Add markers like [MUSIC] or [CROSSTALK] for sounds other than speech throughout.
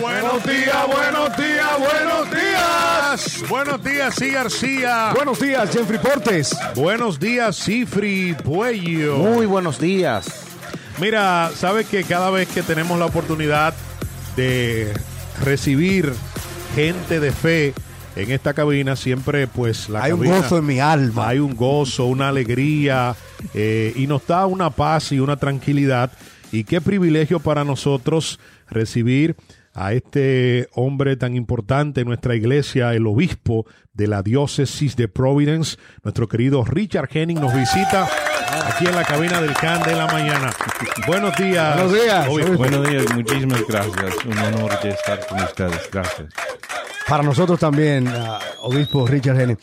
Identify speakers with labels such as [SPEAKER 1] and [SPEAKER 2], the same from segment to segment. [SPEAKER 1] Buenos días, buenos días, buenos días.
[SPEAKER 2] Buenos días, sí, García.
[SPEAKER 1] Buenos días, Jeffrey Portes.
[SPEAKER 2] Buenos días, Cifri Puello.
[SPEAKER 3] Muy buenos días.
[SPEAKER 2] Mira, sabes que cada vez que tenemos la oportunidad de recibir gente de fe en esta cabina, siempre pues la
[SPEAKER 1] Hay un
[SPEAKER 2] cabina-
[SPEAKER 1] gozo en mi alma.
[SPEAKER 2] Hay un gozo, una alegría eh, y nos da una paz y una tranquilidad. Y qué privilegio para nosotros recibir a este hombre tan importante en nuestra iglesia, el obispo de la diócesis de Providence, nuestro querido Richard Henning nos visita aquí en la cabina del CAN de la mañana. Buenos días.
[SPEAKER 1] Buenos días.
[SPEAKER 2] obispo.
[SPEAKER 4] Buenos días, muchísimas gracias. Un honor de estar con ustedes. Gracias.
[SPEAKER 1] Para nosotros también, ah, obispo Richard Henning.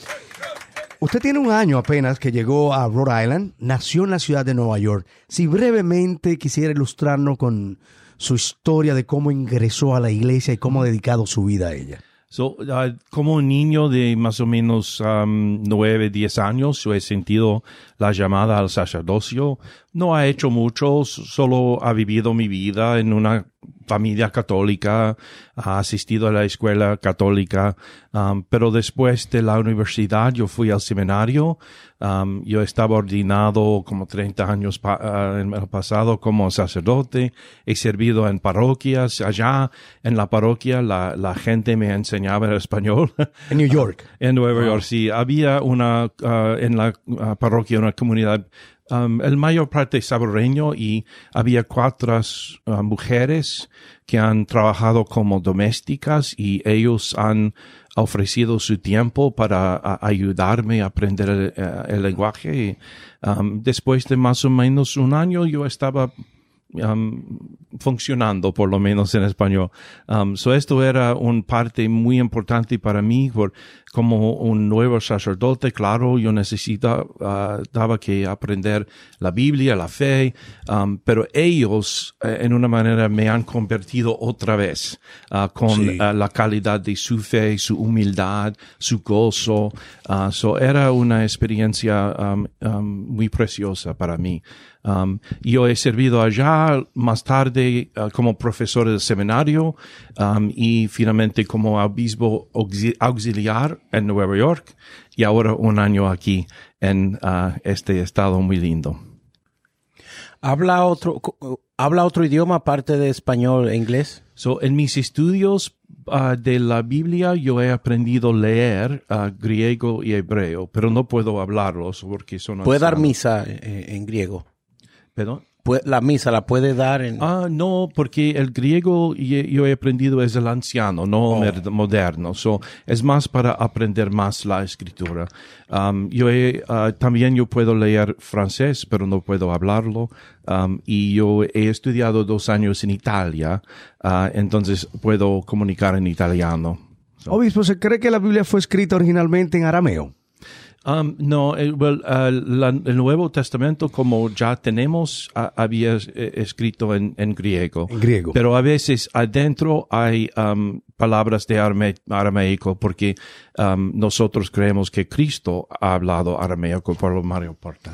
[SPEAKER 1] Usted tiene un año apenas que llegó a Rhode Island, nació en la ciudad de Nueva York. Si brevemente quisiera ilustrarnos con su historia de cómo ingresó a la iglesia y cómo ha dedicado su vida a ella.
[SPEAKER 4] So, ah, como un niño de más o menos am, nueve, diez años, yo he sentido la llamada al sacerdocio. No ha hecho mucho, s- solo ha vivido mi vida en una familia católica, ha asistido a la escuela católica, am, Um, pero después de la universidad yo fui al seminario. Am, yo estaba ordinado como 30 años pa- ah, en el pasado como sacerdote. He servido en parroquias. Allá en la parroquia la, la gente me enseñaba el español. [LAUGHS]
[SPEAKER 1] En
[SPEAKER 2] Ah,
[SPEAKER 1] New York.
[SPEAKER 4] en Nueva York, sí. Había una, ah, en la ah, parroquia, una comunidad, am, el mayor parte saboreño y había cuatro ah, mujeres que han trabajado como domésticas y ellos han ofrecido su tiempo para ah, ayudarme a aprender el, eh, el lenguaje. Y, am, después de más o menos un año yo estaba um, funcionando, por lo menos en español. Um, so esto era un parte muy importante para mí, por, como un nuevo sacerdote, claro, yo necesitaba ah, daba que aprender la Biblia, la fe, um, pero ellos, eh, en una manera, me han convertido otra vez ah, con ah, la calidad de su fe, su humildad, su gozo. Ah, so era una experiencia um, um, muy preciosa para mí. Um, yo he servido allá más tarde ah, como profesor del seminario um, y finalmente como obispo auxi- auxiliar en Nueva York y ahora un año aquí en ah, este estado muy lindo.
[SPEAKER 3] ¿Habla otro, co- co- ¿Habla otro idioma aparte de español e inglés?
[SPEAKER 4] So, en mis estudios ah, de la Biblia yo he aprendido a leer ah, griego y hebreo, pero no puedo hablarlos porque son...
[SPEAKER 3] ¿Puede dar
[SPEAKER 4] ancianos.
[SPEAKER 3] misa eh, en griego?
[SPEAKER 4] ¿Perdón?
[SPEAKER 3] Pue- ¿La misa la puede dar en...?
[SPEAKER 4] Ah, no, porque el griego ye- yo he aprendido es el anciano, no mer- moderno. So, es más para aprender más la escritura. Um, yo he, ah, también yo puedo leer francés, pero no puedo hablarlo. Um, y yo he estudiado dos años en Italia, ah, entonces puedo comunicar en italiano.
[SPEAKER 1] Obispo, ¿se cree que la Biblia fue escrita originalmente en arameo?
[SPEAKER 4] Um, no, el, well, uh, la- el Nuevo Testamento, como ya tenemos, a- había eh, escrito en, en griego.
[SPEAKER 1] En griego.
[SPEAKER 4] Pero a veces adentro hay um, palabras de arame- arameico, porque um, nosotros creemos que Cristo ha hablado arameico por lo Mario Porta.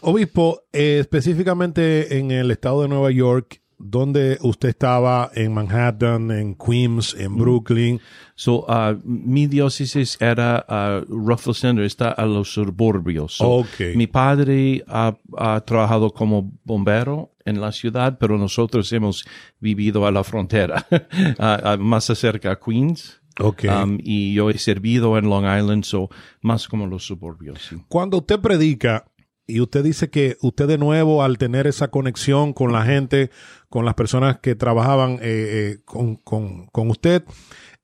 [SPEAKER 2] Obispo, eh, específicamente en el estado de Nueva York, donde usted estaba en Manhattan, en Queens,
[SPEAKER 1] Mm.
[SPEAKER 2] en Brooklyn.
[SPEAKER 4] So, uh, mi diócesis era uh, Rockville Center, está a los suburbios. So,
[SPEAKER 2] Ok.
[SPEAKER 4] Mi padre ha, ha trabajado como bombero en la ciudad, pero nosotros hemos vivido a la frontera, [LAUGHS] a- a- más cerca a Queens.
[SPEAKER 2] Ok.
[SPEAKER 4] Um, y yo he servido en Long Island, so, más como los suburbios. sí.
[SPEAKER 2] Cuando usted predica y usted dice que usted de nuevo al tener esa conexión con la gente, con las personas que trabajaban eh, eh, con, con- con usted,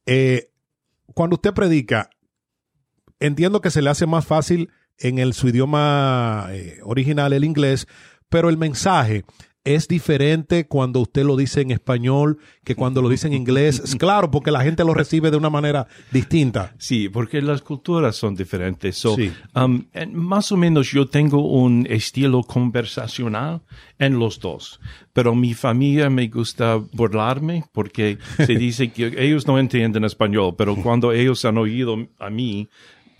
[SPEAKER 2] eh, cuando usted predica, entiendo que se le hace más fácil en el, su idioma eh, original, el inglés, pero el mensaje es diferente cuando usted lo dice en español que cuando lo dice en inglés. Es claro, porque la gente lo recibe de una manera distinta.
[SPEAKER 4] Sí, porque las culturas son diferentes. So,
[SPEAKER 2] Sí.
[SPEAKER 4] um, en- más o menos yo tengo un estilo conversacional en los dos, pero mi familia me gusta burlarme porque se dice que ellos no entienden español, pero cuando ellos han oído a mí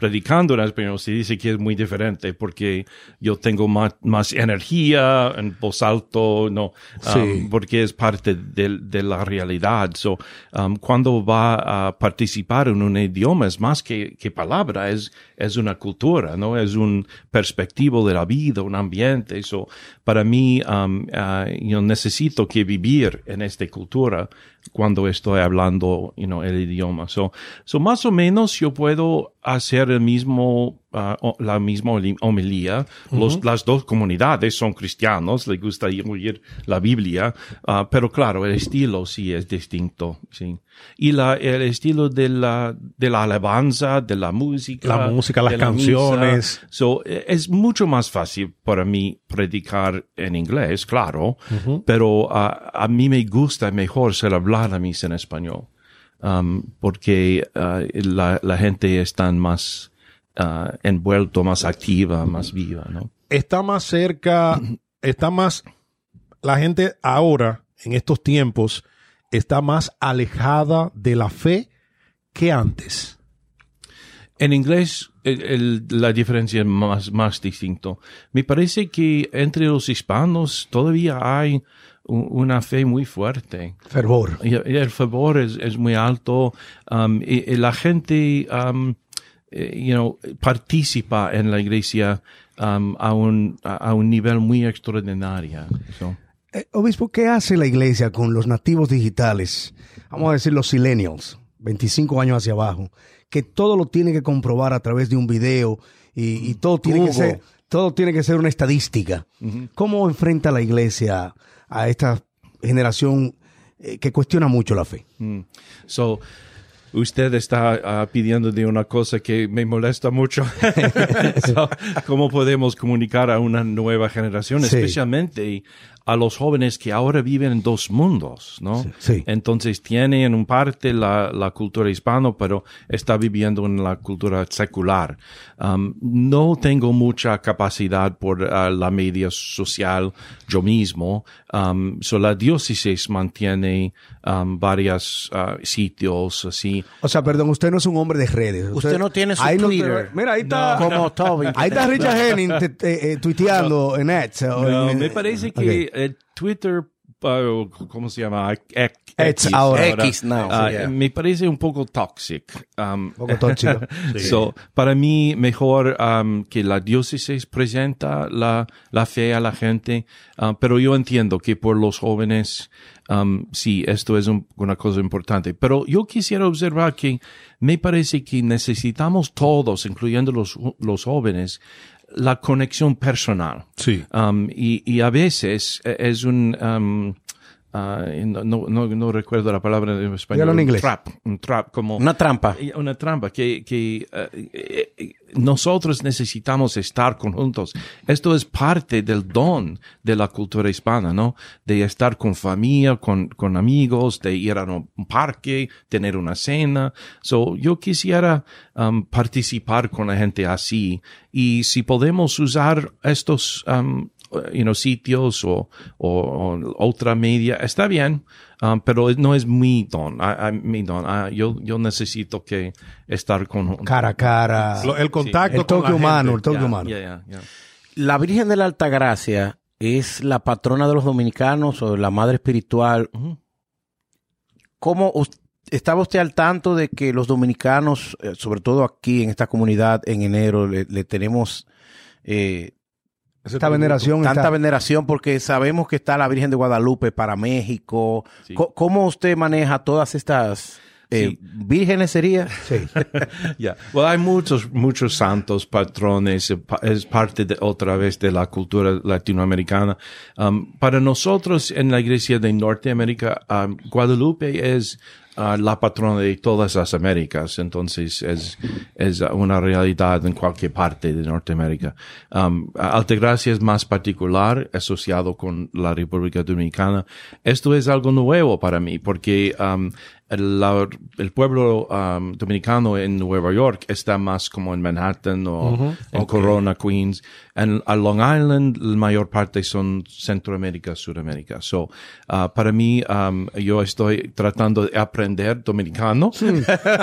[SPEAKER 4] predicando en español se dice que es muy diferente porque yo tengo más, más energía en voz alto, no,
[SPEAKER 2] Sí.
[SPEAKER 4] Um, porque es parte de, de la realidad. So, um, cuando va a participar en un idioma es más que, que palabra, es, es una cultura, ¿no? Es un perspectivo de la vida, un ambiente. So, para mí, um, ah, yo necesito que vivir en esta cultura cuando estoy hablando, you know, el idioma. So, so más o menos yo puedo hacer el mismo, ah, o- la misma holi- homilía. Los- las dos comunidades son cristianos, les gusta oír la Biblia, ah, pero claro, el estilo sí es distinto, sí. Y la, el estilo de la, de la alabanza, de la música.
[SPEAKER 2] La música, las
[SPEAKER 4] de la misa.
[SPEAKER 2] canciones.
[SPEAKER 4] So, eh, es mucho más fácil para mí predicar en inglés, claro, pero ah, a mí me gusta mejor ser hablar a mí en español, Am, um, porque ah, la, la gente está más ah, envuelto, más activa, más viva, ¿no?
[SPEAKER 2] está más cerca, está más, la gente ahora, en estos tiempos, está más alejada de la fe que antes.
[SPEAKER 4] En inglés, el- el- la diferencia es más, más distinto. Me parece que entre los hispanos todavía hay u- una fe muy fuerte.
[SPEAKER 1] Fervor.
[SPEAKER 4] Y- y el favor es, es muy alto. um, y, y la gente, um, eh, you know, participa en la iglesia um, a, un, a, a un nivel muy extraordinario. So,
[SPEAKER 1] Eh, obispo, ¿qué hace la iglesia con los nativos digitales? Vamos a decir los millennials, 25 años hacia abajo, que todo lo tiene que comprobar a través de un video y, y todo tiene que
[SPEAKER 2] Hugo.
[SPEAKER 1] ser todo tiene que ser una estadística. ¿Cómo enfrenta la iglesia a esta generación eh, que cuestiona mucho la fe?
[SPEAKER 4] mm. So, usted está ah, pidiendo de una cosa que me molesta mucho. [LAUGHS] So, ¿Cómo podemos comunicar a una nueva generación,
[SPEAKER 1] Sí.
[SPEAKER 4] especialmente a los jóvenes que ahora viven en dos mundos, ¿no?
[SPEAKER 1] Sí.
[SPEAKER 4] Entonces tiene en un parte la, la cultura hispano, pero está viviendo en la cultura secular. Um, no tengo mucha capacidad por ah, la media social yo mismo. Um, so la diócesis mantiene um, varios sitios así.
[SPEAKER 1] O sea, perdón, usted no es un hombre de redes.
[SPEAKER 3] Usted no tiene su
[SPEAKER 1] ahí no te-
[SPEAKER 3] Twitter.
[SPEAKER 1] mira, ahí está. [LAUGHS]
[SPEAKER 3] No, como Tobin.
[SPEAKER 1] Ahí está Richard Henning te- te- eh, tuiteando en X. o
[SPEAKER 4] No,
[SPEAKER 1] en-
[SPEAKER 4] me parece que
[SPEAKER 1] Ok.
[SPEAKER 4] eh, Twitter, ah, o ¿cómo se llama? X,
[SPEAKER 1] X ahora.
[SPEAKER 3] X now,
[SPEAKER 4] Ah,
[SPEAKER 3] yeah.
[SPEAKER 4] Me parece un poco toxic. Um,
[SPEAKER 1] Un poco
[SPEAKER 4] [LAUGHS]
[SPEAKER 1] tóxico.
[SPEAKER 4] So, para mí, mejor um, que la diócesis presenta la, la fe a la gente, ah, pero yo entiendo que por los jóvenes, um, sí, esto es un- una cosa importante. Pero yo quisiera observar que me parece que necesitamos todos, incluyendo los, jo- los jóvenes, la conexión personal.
[SPEAKER 2] Sí.
[SPEAKER 4] Um, y, y a veces eh, es un... um, ah, no, no, no- no recuerdo la palabra en español.
[SPEAKER 1] Dígalo en
[SPEAKER 4] un
[SPEAKER 1] inglés.
[SPEAKER 4] Trap, un trap, como
[SPEAKER 3] Una trampa.
[SPEAKER 4] y Eh, una trampa que, que eh, eh, eh, nosotros necesitamos estar conjuntos. Esto es parte del don de la cultura hispana, ¿no? De estar con familia, con, con amigos, de ir a un parque, tener una cena. So, yo quisiera um, participar con la gente así y si podemos usar estos um, you know, sitios o, o, o otra media, está bien, um, pero no es mi don, I- I- mi don. Ah, yo, yo necesito que estar con...
[SPEAKER 1] Cara a cara.
[SPEAKER 2] Lo- el contacto
[SPEAKER 1] el
[SPEAKER 2] con
[SPEAKER 1] toque
[SPEAKER 2] la
[SPEAKER 1] humano, el
[SPEAKER 2] gente.
[SPEAKER 1] toque
[SPEAKER 4] Yeah,
[SPEAKER 1] humano.
[SPEAKER 4] yeah, yeah, yeah.
[SPEAKER 3] La Virgen de la Altagracia es la patrona de los dominicanos o la madre espiritual. ¿Cómo us- estaba usted al tanto de que los dominicanos, eh, sobre todo aquí en esta comunidad, en enero, le, le tenemos eh,
[SPEAKER 1] Esta veneración
[SPEAKER 3] tanta
[SPEAKER 1] está-
[SPEAKER 3] veneración porque sabemos que está la Virgen de Guadalupe para México?
[SPEAKER 4] Sí.
[SPEAKER 3] Co- ¿Cómo usted maneja todas estas eh,
[SPEAKER 4] Sí.
[SPEAKER 3] vírgenes sería?
[SPEAKER 4] [LAUGHS]
[SPEAKER 1] Sí.
[SPEAKER 4] Ya, Well, hay muchos, muchos santos, patrones, eh, pa- es parte de otra vez de la cultura latinoamericana. Um, para nosotros en la iglesia de Norteamérica, um, Guadalupe es ah, la patrona de todas las Américas, entonces es, es una realidad en cualquier parte de Norteamérica. Um, Altagracia es más particular, asociado con la República Dominicana. Esto es algo nuevo para mí, porque um, el, la- el pueblo um, dominicano en Nueva York está más como en Manhattan o en Corona, Queens. En a Long Island, la mayor parte son Centroamérica, Sudamérica. So, ah, para mí, um, yo estoy tratando de aprender dominicano.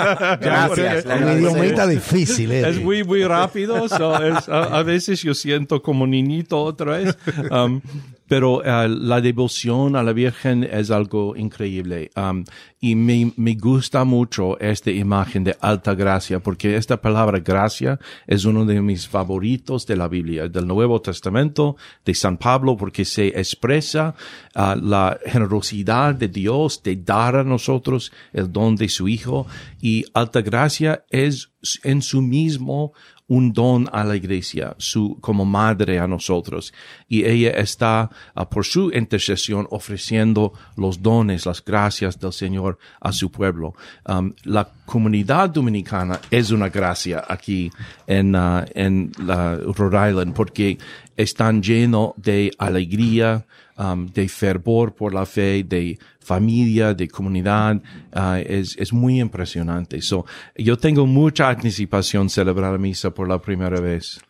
[SPEAKER 3] Gracias. le
[SPEAKER 1] Un
[SPEAKER 3] agradecemos.
[SPEAKER 1] idiomita difícil. eh.
[SPEAKER 4] Es muy, muy rápido. so es- a, a veces yo siento como niñito otra vez. Um, pero eh, la devoción a la Virgen es algo increíble. Um, y me, me gusta mucho esta imagen de alta gracia, porque esta palabra gracia es uno de mis favoritos de la Biblia, del Nuevo Testamento, de San Pablo, porque se expresa ah, la generosidad de Dios de dar a nosotros el don de su Hijo. Y alta gracia es en su mismo un don a la iglesia, su, como madre a nosotros. Y ella está, ah, por su intercesión, ofreciendo los dones, las gracias del Señor a su pueblo. Am, la comunidad dominicana es una gracia aquí en, ah, en la Rhode Island porque están llenos de alegría, am, um, de fervor por la fe, de familia, de comunidad. ah, es, es muy impresionante. So, yo tengo mucha anticipación celebrar misa por la primera vez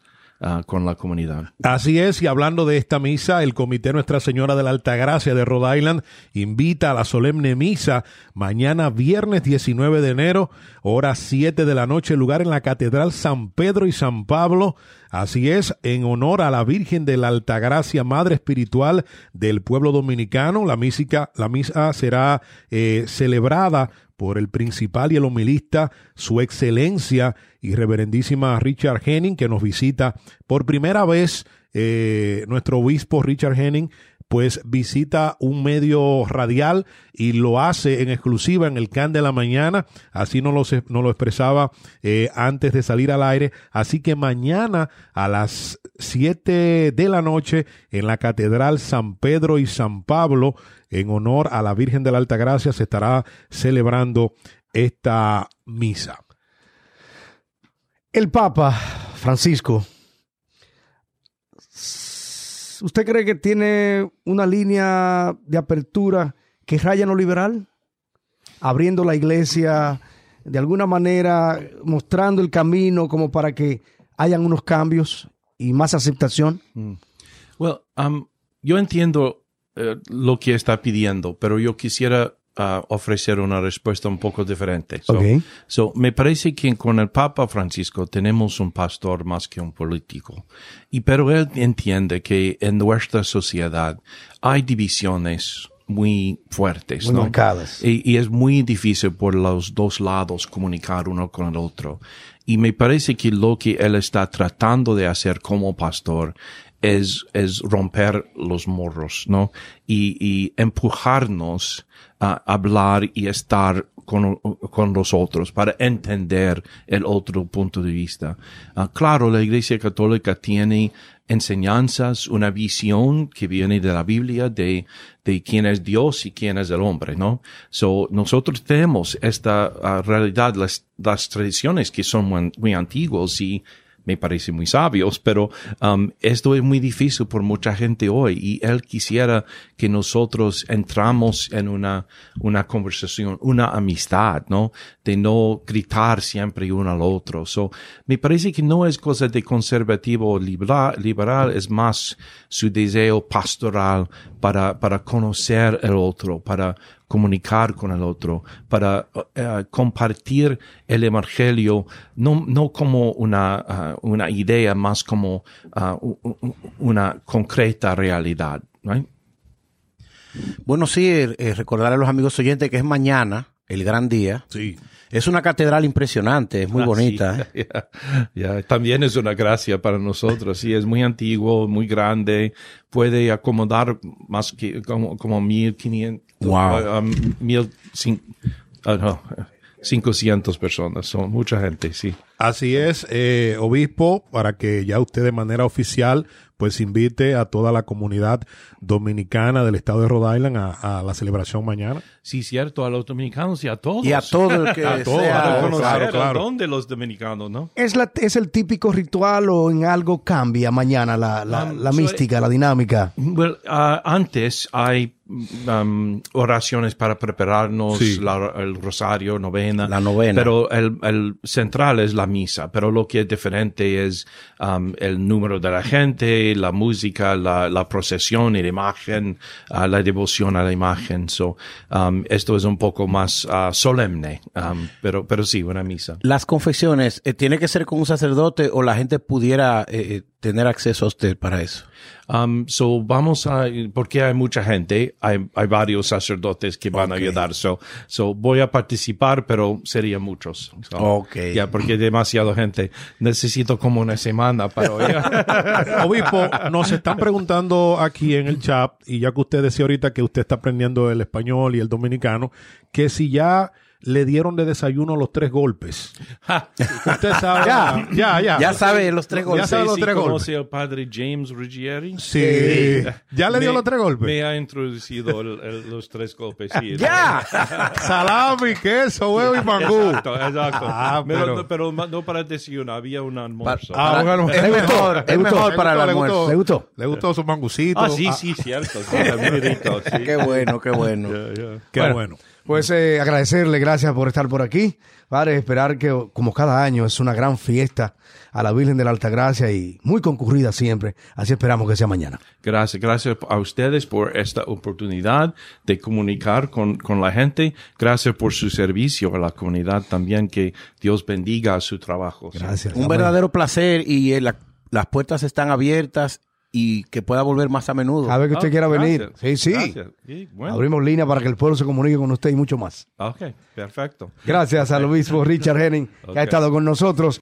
[SPEAKER 4] ah, con la comunidad.
[SPEAKER 2] Así es, y hablando de esta misa, el Comité Nuestra Señora de la Altagracia de Rhode Island invita a la solemne misa mañana viernes 19 de enero, hora 7 de la noche, lugar en la Catedral San Pedro y San Pablo. Así es, en honor a la Virgen de la Altagracia, Madre Espiritual del pueblo dominicano. La, misica- la misa será eh, celebrada por el principal y el homilista, su excelencia y reverendísima Richard Henning, que nos visita por primera vez, eh, nuestro obispo Richard Henning, pues visita un medio radial y lo hace en exclusiva en el CAN de la mañana, así nos lo, se- nos lo expresaba eh, antes de salir al aire, así que mañana a las 7 de la noche en la Catedral San Pedro y San Pablo, en honor a la Virgen de la Alta Gracia, se estará celebrando esta misa.
[SPEAKER 1] El Papa Francisco, s- ¿usted cree que tiene una línea de apertura que raya en lo liberal? Abriendo la iglesia, de alguna manera mostrando el camino como para que hayan unos cambios y más aceptación.
[SPEAKER 4] Well, um, yo entiendo eh, lo que está pidiendo, pero yo quisiera ah, ofrecer una respuesta un poco diferente. So,
[SPEAKER 1] Ok.
[SPEAKER 4] so, me parece que con el Papa Francisco tenemos un pastor más que un político. Y pero él entiende que en nuestra sociedad hay divisiones muy fuertes,
[SPEAKER 3] Pues
[SPEAKER 1] Muy
[SPEAKER 4] ¿no?
[SPEAKER 1] marcadas.
[SPEAKER 4] Y, y es muy difícil por los dos lados comunicar uno con el otro. Y me parece que lo que él está tratando de hacer como pastor es, es romper los morros, ¿no? Y, y empujarnos a hablar y estar con, con los otros para entender el otro punto de vista. Ah, claro, la Iglesia Católica tiene enseñanzas, una visión que viene de la Biblia de, de quién es Dios y quién es el hombre, ¿no? So, nosotros tenemos esta ah, realidad, las, las tradiciones que son muy, muy antiguas y me parecen muy sabios, pero um, esto es muy difícil por mucha gente hoy y él quisiera que nosotros entramos en una, una conversación, una amistad, ¿no? De no gritar siempre uno al otro. So, me parece que no es cosa de conservativo o libra- liberal, es más su deseo pastoral para, para conocer el otro, para comunicar con el otro, para eh, compartir el evangelio, no, no como una, ah, una idea, más como ah, u- u- una concreta realidad. right?
[SPEAKER 3] Bueno, sí, eh, eh, recordar a los amigos oyentes que es mañana, el gran día.
[SPEAKER 2] Sí.
[SPEAKER 3] Es una catedral impresionante, es muy
[SPEAKER 4] [LAUGHS] Ah,
[SPEAKER 3] bonita. ¿eh?
[SPEAKER 4] sí. Ya, ya. También es una gracia para nosotros. Sí, es muy antiguo, muy grande. Puede acomodar más que como, como 1500.
[SPEAKER 3] Wow.
[SPEAKER 4] ah, um, 1500 ah, no, 500 personas. Son mucha gente, sí.
[SPEAKER 2] Así es, eh, obispo, para que ya usted de manera oficial pues invite a toda la comunidad dominicana del estado de Rhode Island a, a la celebración
[SPEAKER 3] [LAUGHS]
[SPEAKER 2] mañana.
[SPEAKER 4] Sí, cierto, a los dominicanos y a todos.
[SPEAKER 3] Y a todo el que
[SPEAKER 4] [LAUGHS] A todos,
[SPEAKER 3] sea-
[SPEAKER 4] para conocer
[SPEAKER 2] claro, claro.
[SPEAKER 4] dónde los dominicanos, ¿no?
[SPEAKER 1] ¿Es, la, ¿Es el típico ritual o en algo cambia mañana la, la-
[SPEAKER 4] Um,
[SPEAKER 1] la
[SPEAKER 4] so-
[SPEAKER 1] mística, la dinámica?
[SPEAKER 4] Well, ah, antes hay um, oraciones para prepararnos,
[SPEAKER 2] Sí.
[SPEAKER 4] la- el rosario, novena.
[SPEAKER 3] La novena.
[SPEAKER 4] Pero el, el central es la misa. Pero lo que es diferente es um, el número de la gente, la música, la, la procesión y la imagen, ah, la devoción a la imagen. So, um, esto es un poco más ah, solemne. um, pero, pero sí, una misa.
[SPEAKER 3] Las confesiones, eh, ¿tiene que ser con un sacerdote o la gente pudiera eh, eh, tener acceso a usted para eso?
[SPEAKER 4] Um, so vamos a, porque hay mucha gente, hay, hay varios sacerdotes que van a ayudar. So, so voy a participar, pero serían muchos. So,
[SPEAKER 3] Ok.
[SPEAKER 4] Ya, porque hay demasiada gente. Necesito como una
[SPEAKER 2] [LAUGHS]
[SPEAKER 4] semana para oír.
[SPEAKER 2] Obispo, nos están preguntando aquí en el chat, y ya que usted decía ahorita que usted está aprendiendo el español y el dominicano, que si ya le dieron de desayuno los tres golpes. Usted sabe.
[SPEAKER 3] Ya.
[SPEAKER 2] ya, ya.
[SPEAKER 3] Ya sabe los tres
[SPEAKER 2] Ya
[SPEAKER 3] golpes.
[SPEAKER 2] sabe los
[SPEAKER 4] Sí,
[SPEAKER 2] tres golpes.
[SPEAKER 4] conoce al padre James Ruggieri?
[SPEAKER 2] Sí. Ya le dio
[SPEAKER 4] Me-
[SPEAKER 2] los tres golpes.
[SPEAKER 4] Me ha introducido el- el- los tres golpes. sí.
[SPEAKER 2] Salami, queso, huevo y mangú.
[SPEAKER 4] [LAUGHS] Exacto, exacto.
[SPEAKER 2] Ah,
[SPEAKER 4] pero,
[SPEAKER 2] pero-
[SPEAKER 4] no- pero no para desayuno, había un almuerzo.
[SPEAKER 3] Pa-
[SPEAKER 2] Ah, bueno,
[SPEAKER 3] Es
[SPEAKER 2] le
[SPEAKER 3] mejor,
[SPEAKER 2] gustó,
[SPEAKER 3] es
[SPEAKER 2] le gustó,
[SPEAKER 3] mejor
[SPEAKER 2] le
[SPEAKER 3] para el
[SPEAKER 2] gustó, le
[SPEAKER 3] almuerzo.
[SPEAKER 2] gustó.
[SPEAKER 1] ¿Le gustó?
[SPEAKER 2] Le gustó su mangucito.
[SPEAKER 4] Ah, sí, sí, cierto. sí, también
[SPEAKER 2] [LAUGHS]
[SPEAKER 4] rico, sí.
[SPEAKER 3] [LAUGHS] Qué bueno, qué bueno.
[SPEAKER 2] Qué
[SPEAKER 1] Bueno,
[SPEAKER 2] bueno.
[SPEAKER 1] Pues eh, agradecerle, gracias por estar por aquí. Padre, esperar que como cada año es una gran fiesta a la Virgen de la Altagracia y muy concurrida siempre. Así esperamos que sea mañana.
[SPEAKER 4] Gracias, gracias a ustedes por esta oportunidad de comunicar con, con la gente. Gracias por su servicio a la comunidad también. Que Dios bendiga su trabajo.
[SPEAKER 1] Gracias.
[SPEAKER 3] Un verdadero placer y eh, la- las puertas están abiertas y que pueda volver más a menudo.
[SPEAKER 1] A ver que usted
[SPEAKER 4] Ah,
[SPEAKER 1] quiera venir. Sí,
[SPEAKER 4] gracias,
[SPEAKER 1] sí.
[SPEAKER 4] gracias. Sí, bueno.
[SPEAKER 1] Abrimos línea para que el pueblo se comunique con usted y mucho más.
[SPEAKER 4] Ok, perfecto.
[SPEAKER 1] Gracias al obispo Richard Henning que ha
[SPEAKER 4] Ok.
[SPEAKER 1] estado con nosotros.